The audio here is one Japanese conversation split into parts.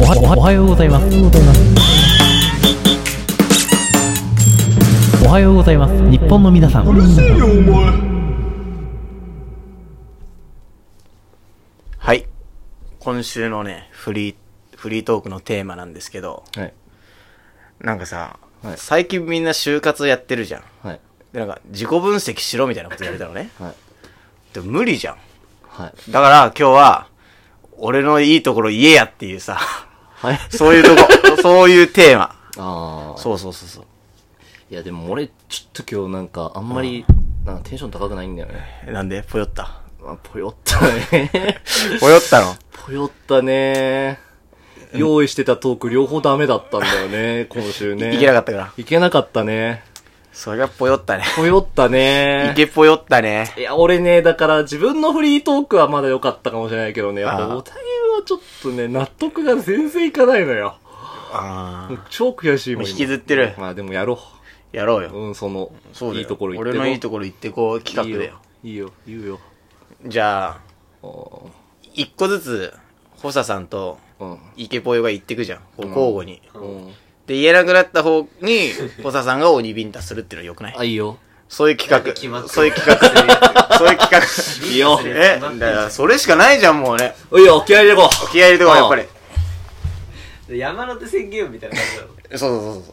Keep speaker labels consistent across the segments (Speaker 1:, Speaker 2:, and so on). Speaker 1: おはおはおはようございます。おはようございます。日本の皆さん。
Speaker 2: はい。今週のね、フリー、フリートークのテーマなんですけど、
Speaker 3: はい。
Speaker 2: なんかさ、
Speaker 3: はい
Speaker 2: 最近みんな就活やってるじゃん。
Speaker 3: はい。
Speaker 2: で、なんか、自己分析しろみたいなこと言われたのね。
Speaker 3: はい。
Speaker 2: でも無理じゃん。
Speaker 3: はい。
Speaker 2: だから今日は、俺のいいところ言えやっていうさ、
Speaker 3: はい。
Speaker 2: そういうとこ、 そういうテーマ。
Speaker 3: ああ。
Speaker 2: そうそうそうそう。
Speaker 3: いや、でも俺、ちょっと今日なんか、あんまり、なんかテンション高くないんだよね。
Speaker 2: えなんでぽよった。
Speaker 3: あ、ぽよったね。
Speaker 2: ぽよったの
Speaker 3: ぽよったね。用意してたトーク両方ダメだったんだ よね、今週 ね。
Speaker 2: いけなか
Speaker 3: っ
Speaker 2: ったから。
Speaker 3: た。いけなかったね。
Speaker 2: そりゃぽよったね。
Speaker 3: ぽよった
Speaker 2: い
Speaker 3: ね。
Speaker 2: けぽよったね。
Speaker 3: いや、俺ね、だから自分のフリートークはまだ良かったかもしれないけどね、やっぱ
Speaker 2: あー
Speaker 3: お互いはちょっとね、納得が全然いかないのよ。
Speaker 2: あ
Speaker 3: もう超悔しいもん。
Speaker 2: もう引きずってる
Speaker 3: まあでもやろ
Speaker 2: ーやろう
Speaker 3: う。
Speaker 2: よ。
Speaker 3: うん、その、
Speaker 2: そうだよ。
Speaker 3: いいところ行って
Speaker 2: 俺のいいところ行ってこう企画だよ。
Speaker 3: いいよ。いいよ、言うよ。
Speaker 2: じゃあ、
Speaker 3: あー
Speaker 2: 一個ずつ、ホサさんと、
Speaker 3: うん。
Speaker 2: イケぽよが行ってくじゃん。こう交互に。
Speaker 3: うん。
Speaker 2: で、言えなくなった方に、ホサさんが鬼ビンタするっていうのはよくない
Speaker 3: あ、いいよ。
Speaker 2: そういう企
Speaker 4: なんか決まっ
Speaker 2: 画。
Speaker 4: て
Speaker 2: そういう企画。そういう企画。
Speaker 3: いいよ。
Speaker 2: え、だから、それしかないじゃん、もうね。
Speaker 3: いいよ、気合い入れてこ
Speaker 2: 気合い入れてこい、やっぱり。
Speaker 4: 山手線ゲームみたいな感じ だろ。
Speaker 2: そうそうそうそう。
Speaker 3: う。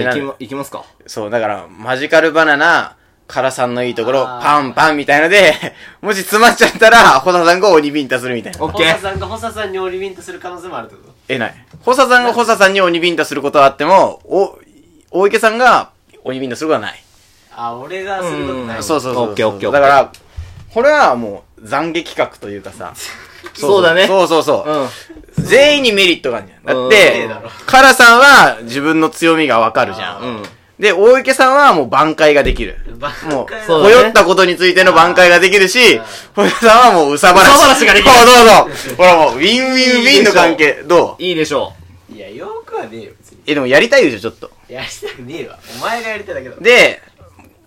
Speaker 3: じゃあ、
Speaker 2: え
Speaker 3: 行き
Speaker 2: なん
Speaker 3: ま
Speaker 2: で、
Speaker 3: 行きますか。
Speaker 2: そう、だから、マジカルバナナ、カラさんのいいところ、
Speaker 4: あー
Speaker 2: パンパンみたいので、 もし詰まっちゃったら、ホサさんが鬼ビンタするみたいな。
Speaker 3: オッ
Speaker 4: ホ
Speaker 3: ケ
Speaker 4: サ
Speaker 3: ー。
Speaker 4: さんがホサさんにオリビンとする可能性もあるってこと
Speaker 2: え、ない。ホサさんがホサさんに鬼ビンタすることはあっても、お、大池さんが鬼ビンタすることはない。
Speaker 4: あ、俺がすることない。
Speaker 2: そうそうそう。
Speaker 3: オッケーオッケーオッケ
Speaker 2: だ
Speaker 3: ー
Speaker 2: から、これはもう、懺悔企画というか さ。
Speaker 3: そうだね。
Speaker 2: そうそうそう。
Speaker 3: うん。
Speaker 2: 全員にメリットがあるじゃん。だっ
Speaker 3: う
Speaker 2: て
Speaker 3: ん、
Speaker 2: カラさんは自分の強みがわかるじゃ
Speaker 3: うん
Speaker 2: ん。。で、大池さんはもう挽回ができる。
Speaker 4: 挽回
Speaker 2: もう、
Speaker 3: そう
Speaker 2: ほ
Speaker 3: だね
Speaker 2: よったことについての挽回ができるし、ほよさんはもううさばらし。
Speaker 3: うさばらしができる
Speaker 2: そうそうそう。ほらもう、ウィンウィンウィンの関係、どう
Speaker 3: いいでしょ
Speaker 4: いや、よくはねえよ、別に。
Speaker 2: え、でもやりたいでしょ、ちょっと。
Speaker 4: やりたくねえわ。お前がやりたいだけだろ。
Speaker 2: で、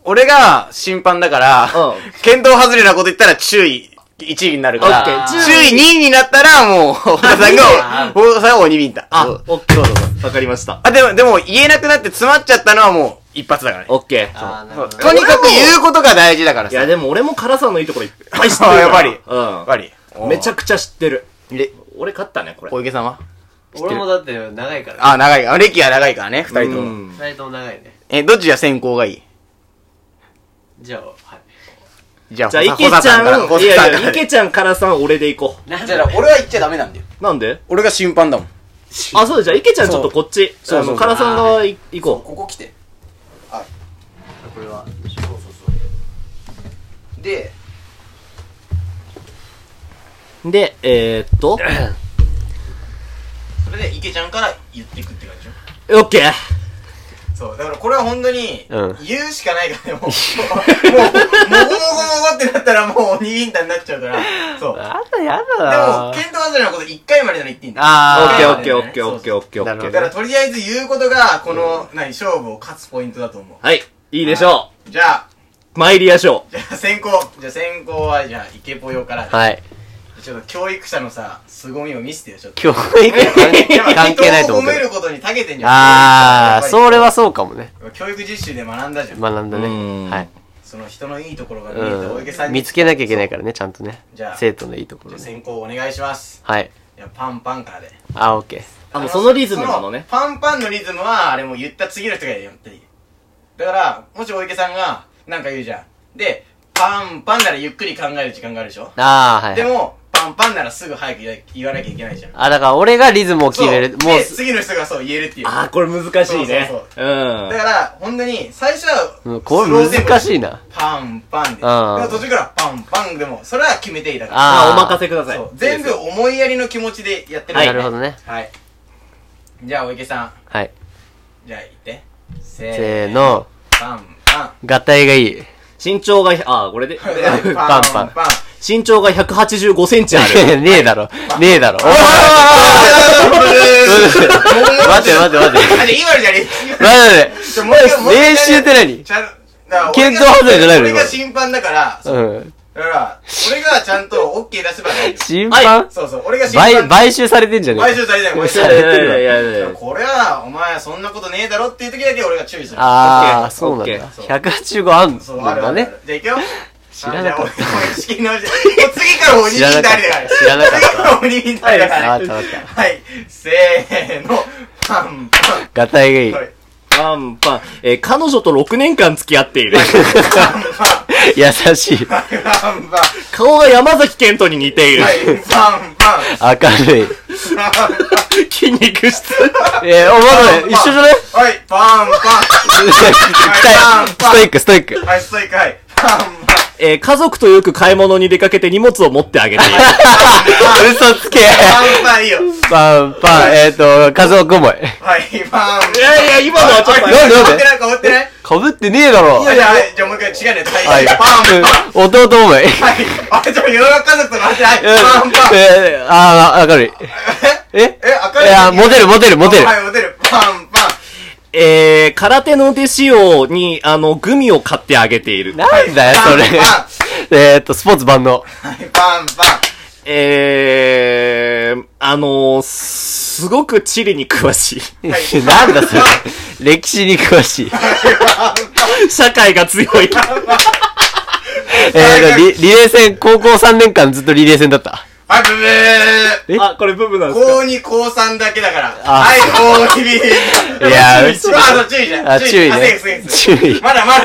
Speaker 2: 俺が審判だから
Speaker 3: うん、
Speaker 2: 検討外れなこと言ったら注意1位になるか
Speaker 3: オッケー
Speaker 2: ら、注意2位になったらもう、小田さんが、小田さんが鬼ビンタ。
Speaker 3: あ
Speaker 2: そう、
Speaker 3: オッケー。そうそうそう。わかりました。
Speaker 2: あ、でも、でも言えなくなって詰まっちゃったのはもう一発だからね。
Speaker 3: オッケー。
Speaker 4: あー、なる
Speaker 2: そ
Speaker 4: ほ
Speaker 2: う
Speaker 4: ど。
Speaker 2: とにかく言うことが大事だから
Speaker 3: い
Speaker 2: さ。
Speaker 3: や、
Speaker 2: や
Speaker 3: でも俺も辛さんのいいところいっぱい知ってるから。
Speaker 2: やっぱりっぱ
Speaker 3: う
Speaker 2: り。
Speaker 3: ん。めちゃ
Speaker 2: く
Speaker 3: くちゃ知ってる。
Speaker 2: で、
Speaker 3: 俺勝ったね、これ。
Speaker 2: 小池さんは
Speaker 4: 俺もだって長いから。
Speaker 2: あ、長い。あ歴は長いからね、二人とも。
Speaker 3: うん
Speaker 4: 二人とも長いね。
Speaker 2: え、どっちが先行がいい
Speaker 4: じゃあ、はい。
Speaker 2: じゃあ、
Speaker 3: じゃあ、
Speaker 2: ほ
Speaker 3: い
Speaker 2: さ
Speaker 3: けち
Speaker 2: ほささんから
Speaker 3: ゃ
Speaker 2: ほ
Speaker 3: ん、い
Speaker 2: ささん
Speaker 3: やい
Speaker 2: か
Speaker 3: や、
Speaker 2: ら
Speaker 3: いけちゃん辛さん俺で行こ
Speaker 4: なん
Speaker 2: じゃあ俺は言っちゃダメなんだよ。
Speaker 3: う。なんで
Speaker 2: 俺が審判だもん。
Speaker 3: あ、そうだ、じゃあ、池ちゃんちょっとこっち。
Speaker 2: そう
Speaker 3: あの
Speaker 2: そうそう
Speaker 3: 唐さん側い行こ
Speaker 2: ここ来て。
Speaker 4: これは。
Speaker 2: で、
Speaker 3: う。で、えー、っと、
Speaker 2: それで池ちゃんから言っていくって感じでし
Speaker 3: オッケー
Speaker 2: ょそう、だからこれは本当に、
Speaker 4: うん
Speaker 2: 言うしかないからね、もう、もう、もごもごもごってなったらもう鬼ビンタになっちゃうから、そう。で
Speaker 4: あだや
Speaker 2: も、
Speaker 4: な
Speaker 2: 検討外れのこと1回までなら言っていいんだ。
Speaker 3: オ
Speaker 4: あ
Speaker 3: ッケーオッケーオ
Speaker 2: ね
Speaker 3: ッケーオッケーオッケーオッケ
Speaker 2: だ
Speaker 3: ー。
Speaker 2: からとりあえず言うことが、この、何、勝負を勝つポイントだと思
Speaker 3: はい、いいでしょ
Speaker 2: う。じゃあ、
Speaker 3: う。参りやしょ
Speaker 2: じゃあ先行、じゃあ先行は、じゃあ、池ぽよから、
Speaker 4: はい。
Speaker 2: ちょっと教育者のさ、凄みを見せてよ、ちょっと。
Speaker 4: 教育
Speaker 2: やっぱ
Speaker 4: 関係ないと思うけ
Speaker 2: 人を褒め
Speaker 4: ど。
Speaker 2: ることに長けてんじゃん。
Speaker 4: あ
Speaker 2: や
Speaker 4: ー、
Speaker 2: っぱり
Speaker 4: それはそうかもね。
Speaker 2: 教育実習で学んだじゃん。
Speaker 4: 学んだ
Speaker 3: う。うーん
Speaker 4: ね。はい。。
Speaker 2: その人のいいところが見えた大池さ
Speaker 4: うんん。
Speaker 2: に。
Speaker 4: 見つけなきゃいけないからね、ちゃんとね
Speaker 2: じゃあ。
Speaker 4: 生徒のいいとこ
Speaker 2: じ
Speaker 4: ろ
Speaker 2: ゃあ
Speaker 4: ね。
Speaker 2: 先行お願いします。
Speaker 4: はい。
Speaker 2: いや、パンパンからで。
Speaker 4: あ、オッケー。
Speaker 3: あの、そのリズムなのね。
Speaker 2: そパンパンのリズムは、あれもう言った次の人がやっていい。だから、もし大池さんが、なんか言うじゃん。で、パンパンならゆっくり考える時間があるでしょ
Speaker 4: あー、はいはい。
Speaker 2: でも、パンパンならすぐ早く言わ言わなきゃいけないじゃん。
Speaker 4: あ、だから俺がリズムを決める。
Speaker 2: そう
Speaker 4: も
Speaker 2: で
Speaker 4: う、
Speaker 2: 次の人がそう言えるっていう。
Speaker 3: あー、これ難しいね
Speaker 2: そう。
Speaker 3: う
Speaker 2: だから、本当に、最初は、
Speaker 4: うんこれ難しいな。
Speaker 2: パンパンで。
Speaker 4: ん
Speaker 2: でも途中からパンパンでも、それは決めていいだから。
Speaker 3: あー、お
Speaker 4: あー
Speaker 3: 任せください
Speaker 2: そう。全部思いやりの気持ちでやってる
Speaker 4: なるほどね。
Speaker 2: はい。じゃあ、お池さん。
Speaker 4: はい。
Speaker 2: じゃあ、行って。せ
Speaker 4: せー。の。
Speaker 2: パンパン。
Speaker 4: 合体がいい。
Speaker 3: 身長が、あー、これで。
Speaker 2: で
Speaker 4: パンパン
Speaker 2: パン。
Speaker 3: 身長が185センチあ る。
Speaker 4: ねえだろ。ねえだろ。待って待って待って。
Speaker 2: あ、じゃあ今のじゃねえ。
Speaker 4: 待って
Speaker 2: ちょもう一回
Speaker 4: 待って。練習って何
Speaker 2: ちゃんだから俺が
Speaker 4: 検討外れじゃないの
Speaker 2: 俺が
Speaker 4: 今
Speaker 2: 審判だから、
Speaker 4: うん。
Speaker 2: だから、俺がちゃんと OK 出せば大丈
Speaker 5: 審判
Speaker 2: 夫。そうそう、俺が
Speaker 5: 買買
Speaker 2: 買
Speaker 5: 買収されてんじゃねえか
Speaker 2: 収されたよ、これ。
Speaker 3: いやいやいやいや いや。
Speaker 2: これは、お前そんなことねえだろっていう時だけ俺が注意する。
Speaker 5: ああ、
Speaker 3: OK
Speaker 5: そうなんだ。
Speaker 2: OK
Speaker 5: 185あんの
Speaker 2: そう、あるあ
Speaker 5: だ
Speaker 2: るあ
Speaker 5: ね
Speaker 2: る。。じゃあ行くよ。
Speaker 5: 知らなかっ
Speaker 2: あ
Speaker 5: た
Speaker 2: じゃあ俺、お仕切り直しで。もう次から鬼に
Speaker 5: 知らなかっ
Speaker 2: 誰だから。
Speaker 5: た。知らなかっ
Speaker 2: 次から鬼に誰だか
Speaker 5: た。
Speaker 2: ら。
Speaker 5: あ
Speaker 2: は
Speaker 5: っ
Speaker 2: い、
Speaker 5: たあった。
Speaker 2: せーの、パンパ
Speaker 5: ガタイがいい
Speaker 2: ン。。はい
Speaker 3: パンパン。えー彼女と6年間付き合っている。
Speaker 5: 優しい。
Speaker 2: パンパン。
Speaker 3: 顔が山崎賢人に似ている
Speaker 2: は。い、パンパン。
Speaker 5: 明るい。
Speaker 3: 筋肉質。
Speaker 5: えー、おまだ一緒じゃない
Speaker 2: はい、パンパン。はい、パンパ
Speaker 5: ストイ
Speaker 2: ン。
Speaker 5: ック、ストイック。
Speaker 2: はい、ストイック、はい。パンパン。
Speaker 3: えー家族とよく買い物に出かけて荷物を持ってあげている。
Speaker 5: 嘘つけ
Speaker 2: パンパンいいよ。
Speaker 5: パンパン、えっ、ー、と、家族思い。
Speaker 2: はい、パン
Speaker 3: いやいや、今のはちょっと。
Speaker 2: パン。
Speaker 5: なんでな
Speaker 2: 変わって
Speaker 5: んで
Speaker 2: ない、変わってない。
Speaker 5: かぶってねえだろ。
Speaker 2: じゃあ、じゃあもう一回違うね。
Speaker 5: は
Speaker 2: はいい、パンパン。
Speaker 5: うん弟思い。
Speaker 2: はい。あ、ちょ、世の中家族とかって、はい、パンパン。
Speaker 5: えー、あー、明るい。え
Speaker 2: え、赤い。
Speaker 5: いや、モテる、モテる、モテる。
Speaker 2: はい、モテる。パンパン。
Speaker 3: えー、空手の弟子をに、あの、グミを買ってあげている。
Speaker 5: なんだよ、それ。えっと、スポーツ万能。
Speaker 2: はい、パンパン。
Speaker 3: えー、あのー、すごく地理に詳しい。
Speaker 2: はい
Speaker 5: なんだそれ。歴史に詳しい。
Speaker 3: 社会が強い。
Speaker 5: えーと、リリレー戦、高校3年間ずっとリレー戦だった。
Speaker 2: はい、ブブー。
Speaker 3: あ、これブブなんですか
Speaker 2: 高2、高3だけだから。
Speaker 5: あ
Speaker 2: はい、高2、
Speaker 5: いやーうち
Speaker 2: ち。 あ、そう、注意じゃん。
Speaker 5: あ、注意
Speaker 2: あ
Speaker 5: ね
Speaker 2: セーフ。セーフセーフ
Speaker 5: 注意。
Speaker 2: まだまだ。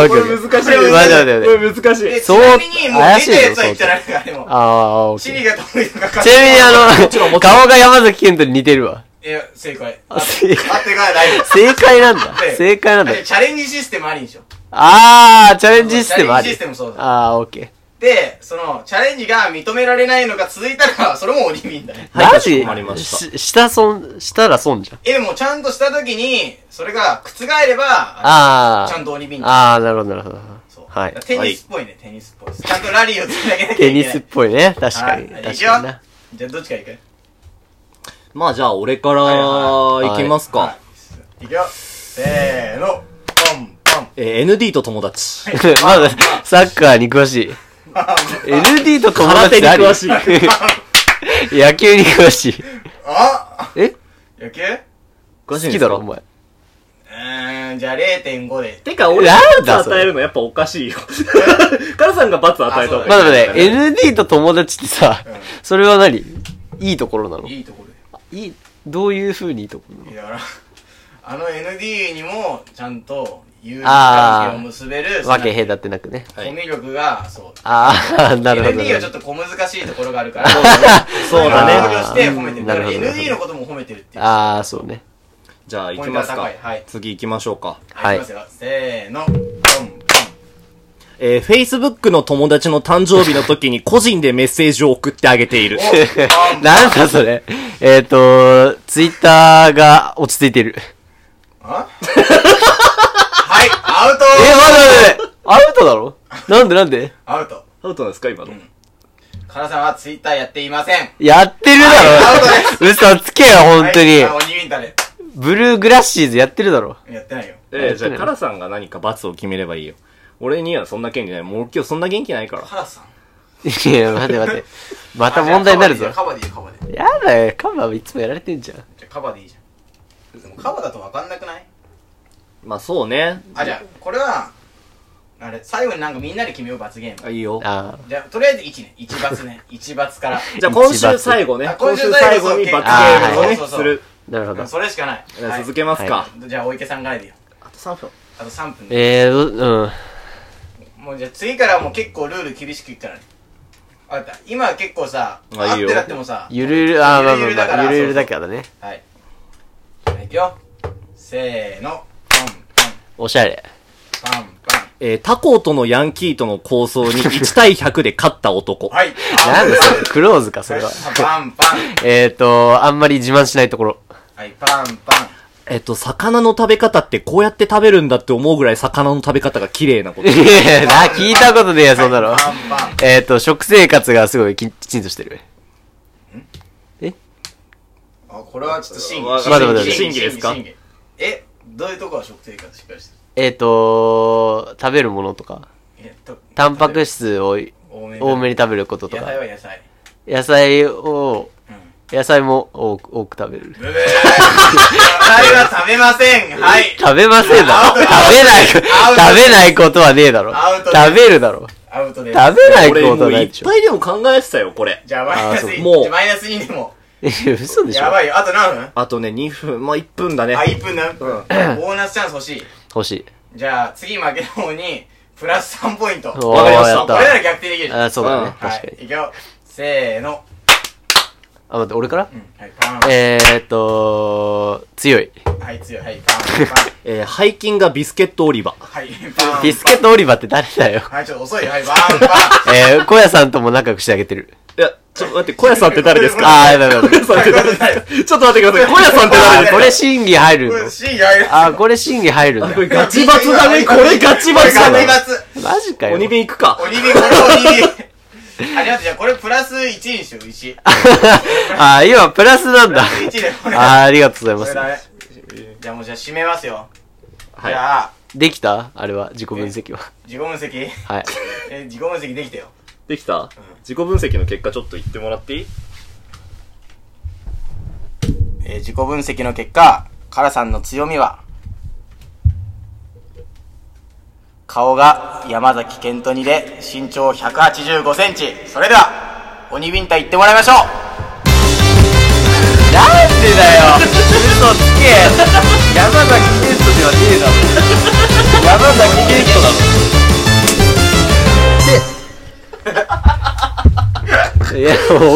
Speaker 5: あー、オッ
Speaker 3: こ
Speaker 5: ケー
Speaker 3: れ
Speaker 5: オッケー。
Speaker 3: 難しい。
Speaker 2: これ
Speaker 5: 待って待って待って。
Speaker 3: これ難しい。
Speaker 2: でち
Speaker 5: そう
Speaker 2: なみに、もう
Speaker 5: 怪
Speaker 2: 出
Speaker 5: しい
Speaker 2: た
Speaker 5: よ
Speaker 2: やつは言ってないから、でも。
Speaker 5: あー、オッケ
Speaker 2: 地
Speaker 5: ー。
Speaker 2: 理が得意なか
Speaker 5: ちなみ
Speaker 3: も
Speaker 5: に
Speaker 3: ちろん
Speaker 5: あ
Speaker 3: も
Speaker 5: の、
Speaker 3: ちろん
Speaker 5: 顔が山崎賢人に似てるわ。
Speaker 2: いや、正解。あ
Speaker 5: あ
Speaker 2: って
Speaker 5: 正解
Speaker 2: から大丈夫。
Speaker 5: 正解なんだ。正解なんだ。
Speaker 2: でチャレンジシステムありんでしょ。
Speaker 5: あー、チャレンジシステムあ
Speaker 2: チャレンジ
Speaker 5: り
Speaker 2: システ。ムそうだ。
Speaker 5: あー、オッケ
Speaker 2: で、その、チャレンジが認められないのが続いたら、それも鬼民だね。
Speaker 5: ー。
Speaker 3: はい
Speaker 5: マ
Speaker 3: かし
Speaker 5: ジ
Speaker 3: こまりました
Speaker 5: しした損、したら損じゃん。
Speaker 2: え、でもちゃんとした時に、それが覆れば、
Speaker 5: あー。
Speaker 2: ちゃんと鬼民だ。
Speaker 5: あー、なるほど、なるほど。
Speaker 2: そう
Speaker 5: はい
Speaker 2: だからテニスっぽいね、テニスっぽいです。ちゃんとラリーをつなげなきゃいけな
Speaker 5: テ
Speaker 2: い。
Speaker 5: ニスっぽいね。確かに。
Speaker 2: はい
Speaker 5: 確かにな。
Speaker 2: じゃあどっちから行く
Speaker 3: まあじゃあ、俺から、
Speaker 2: はい
Speaker 5: はい
Speaker 3: 行きますか。
Speaker 2: はい。行くよ。せーの。ポンポン。
Speaker 3: えー、ND と友達。
Speaker 5: まだ、サッカーに詳しい。ND と友達あり
Speaker 3: 空手に
Speaker 5: い。野球に詳しい。
Speaker 2: あ
Speaker 5: え
Speaker 2: 野球う
Speaker 5: 好きだろ、お前。
Speaker 2: ーん、じゃあ0.5で。
Speaker 3: てか、
Speaker 5: 俺
Speaker 3: 俺、
Speaker 5: 罰
Speaker 3: 罰
Speaker 5: 与
Speaker 3: 与え
Speaker 5: える
Speaker 3: るのやっぱおかしいよ。 カラさんが罰与
Speaker 2: 与
Speaker 3: え
Speaker 2: え
Speaker 3: た
Speaker 2: た方
Speaker 3: 方が
Speaker 2: が
Speaker 5: ま
Speaker 2: い
Speaker 5: だまだ、ND と友達ってさ、それは何いいところなの
Speaker 2: いいところで。
Speaker 5: いい、どういう風にいいところなの
Speaker 2: いやだからあの ND にもちゃんと友人
Speaker 5: あー
Speaker 2: 関係を結べる
Speaker 5: わけ隔ってなくね。
Speaker 2: そのコミュ力がそう
Speaker 5: ああ、なるほど。
Speaker 2: ND はちょっと小難しいところがある から
Speaker 3: そうだね
Speaker 2: 考慮して褒めてるだから
Speaker 5: あーなるほど
Speaker 2: ND のことも褒めてるっていう
Speaker 5: ああ、そうね。
Speaker 3: じゃあ、行きます
Speaker 2: ポ
Speaker 3: か
Speaker 2: イントが高いはい。
Speaker 3: 次行きましょうか。
Speaker 5: はい
Speaker 2: きますよせーのポンポ
Speaker 3: えー、Facebook の友達の誕生日の時に個人でメッセージを送ってあげている。
Speaker 2: ンお ポン
Speaker 5: なんだそれ。えっ、ー、と、ツイッターが落ち着いてる。
Speaker 2: あはいアウト
Speaker 5: え、まだね、アウトだろなんでなんで
Speaker 2: アウト
Speaker 3: アウトなんですか今の。
Speaker 2: カナさんはツイッターやっていません
Speaker 5: やってるだ
Speaker 2: はいアウ
Speaker 5: ろ嘘つけよ、本当
Speaker 2: は
Speaker 5: に
Speaker 2: いあ。鬼ウィンターで
Speaker 5: ブルーグラッシーズやってるだろ。
Speaker 2: やってないよ
Speaker 3: えー、じゃあ、カラさんが何か罰を決めればいいよ。俺にはそんな権利ない。もう今日そんな元気ないから。
Speaker 2: カナさん
Speaker 5: いや、待て待て。ま
Speaker 2: ま
Speaker 5: た問題になるぞ。
Speaker 2: カバでいいよカバでいいよ
Speaker 5: やだよ、カバーいつもやられてんじゃん。
Speaker 2: じゃあカバでいいじゃんでもカバだと分かんなくない
Speaker 3: まあそうね。
Speaker 2: あじゃあこれはあれ最後になんかみんなで決めよう罰ゲーム
Speaker 3: あ、いいよ。
Speaker 5: あ
Speaker 2: じゃあとりあえず1ね1罰ね1罰から
Speaker 3: じゃあ今週最後ね
Speaker 2: あ。
Speaker 3: 今
Speaker 2: 今
Speaker 3: 週
Speaker 2: 週
Speaker 3: 最
Speaker 2: 最
Speaker 3: 後
Speaker 2: 後
Speaker 3: に
Speaker 2: に
Speaker 3: 罰ゲームを
Speaker 2: そう
Speaker 3: ね、
Speaker 5: あー
Speaker 2: そうそう
Speaker 3: する。
Speaker 5: あ、なるほど。
Speaker 2: それしかない
Speaker 3: じゃあ続けます
Speaker 5: は
Speaker 3: か。
Speaker 2: じゃあお池さんからでいいよ
Speaker 3: あと3分。
Speaker 2: あと3分で
Speaker 5: えー、どうん。
Speaker 2: もうじゃあ次からはもう結構ルール厳しくいくからね分かった今は結構さ
Speaker 3: あいい
Speaker 2: 合っ
Speaker 3: よ
Speaker 2: てなってもさ
Speaker 5: ゆるゆる、あー、まあ
Speaker 2: ゆ
Speaker 5: ま
Speaker 2: るゆるだ
Speaker 5: あ
Speaker 2: から
Speaker 5: まあ、ゆるゆるだからね。
Speaker 2: はいじゃあいくよせーの
Speaker 5: おしゃれ。
Speaker 2: パンパンパン
Speaker 3: えー、他校とのヤンキーとの抗争 に1対100で勝った男。
Speaker 2: パンはい
Speaker 5: なんだそれ、クローズか、それは。
Speaker 2: パンパン
Speaker 5: えーと、あんまり自慢しないところ。
Speaker 2: はいパンパン
Speaker 3: えっと、魚の食べ方ってこうやって食べるんだって思うぐらい魚の食べ方が綺麗なこ
Speaker 5: い
Speaker 3: と。
Speaker 5: やな、聞いたことねえよ、そんなの
Speaker 2: はい。パンパン
Speaker 5: えーと、食生活がすごいききちんとしてる。
Speaker 2: あこれはちょっと審議
Speaker 3: わ
Speaker 5: かんないまだまだ
Speaker 3: 審議ですか
Speaker 2: 審議えどういうとこは食生活しっかりしてる
Speaker 5: えーと、食べるものとか。
Speaker 2: えっと
Speaker 5: タンパク質を
Speaker 2: 多め
Speaker 5: 多めに食べることと
Speaker 2: 野
Speaker 5: か
Speaker 2: 菜、は野菜
Speaker 5: 野菜を、
Speaker 2: うん
Speaker 5: 野菜も多く多く食べる。
Speaker 2: ブブー野菜は食べませんはい
Speaker 5: 食べませんだろ
Speaker 2: アウト
Speaker 5: 食べない、食
Speaker 2: アウト
Speaker 5: べないことはねえだろ
Speaker 2: アウト
Speaker 5: 食べるだろ
Speaker 2: アウトです
Speaker 5: 食べないこ
Speaker 3: 俺も
Speaker 5: とは
Speaker 3: う
Speaker 5: ないい
Speaker 3: っ
Speaker 5: でしょ。
Speaker 3: ぱいでも考えてたよ、これ。
Speaker 2: じゃあマイナス
Speaker 5: あー
Speaker 2: 1
Speaker 3: そうもう
Speaker 2: じゃあマイナス2でも
Speaker 5: 嘘でしょ
Speaker 2: やばいよあと何分
Speaker 3: あとね、2分、まあ、1分だね。
Speaker 2: あ1分何分ボーナスチャンス欲しい
Speaker 5: 欲しい。
Speaker 2: じゃあ次負けた方にプラス3ポイント
Speaker 5: お
Speaker 2: こ
Speaker 5: ー
Speaker 3: わかりました
Speaker 5: やっ
Speaker 2: れなら逆転できるじゃ
Speaker 5: た。
Speaker 2: ん
Speaker 5: あ、そうだ
Speaker 3: うん
Speaker 5: ね。
Speaker 2: は
Speaker 5: 確か
Speaker 2: い
Speaker 5: に。
Speaker 2: いくよせーの
Speaker 5: あ、待って、俺から
Speaker 2: うんはいパン
Speaker 5: えーっと、強い。
Speaker 2: はい強いはいパンパン
Speaker 3: えー、背筋がビスケットオリバ ー。
Speaker 2: はいパン
Speaker 5: ビスケットオリバーって誰だよ。
Speaker 2: はいちょっと遅いよはいパン パ
Speaker 5: えー、小屋さんとも仲良くしてあげてる。
Speaker 3: いや、ちょ、待って、小屋さんって誰ですか
Speaker 5: あー、やば いやばいや
Speaker 3: 小屋さんって誰ですかちょっと待ってください。小屋さんって誰
Speaker 5: ば
Speaker 3: で
Speaker 5: い。これ審議入る
Speaker 2: ン
Speaker 5: の
Speaker 2: これシーンやる
Speaker 5: あ、これ審議入るんだ
Speaker 3: こ。れガチバ ツだね。これガチ
Speaker 2: こ
Speaker 3: バ
Speaker 2: れ
Speaker 3: ツ
Speaker 2: ガ
Speaker 3: だね
Speaker 2: チ。バツ
Speaker 5: マジかよ。
Speaker 3: 鬼弁行くか。
Speaker 2: 鬼火これ鬼 火ありがとうじゃあこれプラス1にしよう1
Speaker 5: あ、今プラスなんだ。
Speaker 2: 1でこれ
Speaker 5: あー、ありがとうござい
Speaker 2: こ
Speaker 5: ま
Speaker 2: れだ
Speaker 5: す。
Speaker 2: ねじゃあもうじゃあ締めますよ
Speaker 3: は
Speaker 2: じ
Speaker 3: い。
Speaker 2: ゃあ
Speaker 5: できたあれは、自己分析は。
Speaker 2: 自己分析
Speaker 5: はい。
Speaker 2: え自己分析できたよ
Speaker 3: できた自己分析の結果ちょっと言ってもらっていい
Speaker 2: えー自己分析の結果、カラさんの強みは、顔が山崎健人にで身長185センチ。それでは、鬼ビンタ行ってもらいましょう
Speaker 5: なんでだよ嘘つけ山崎テストではねえだろ山崎テスト だろいや、もう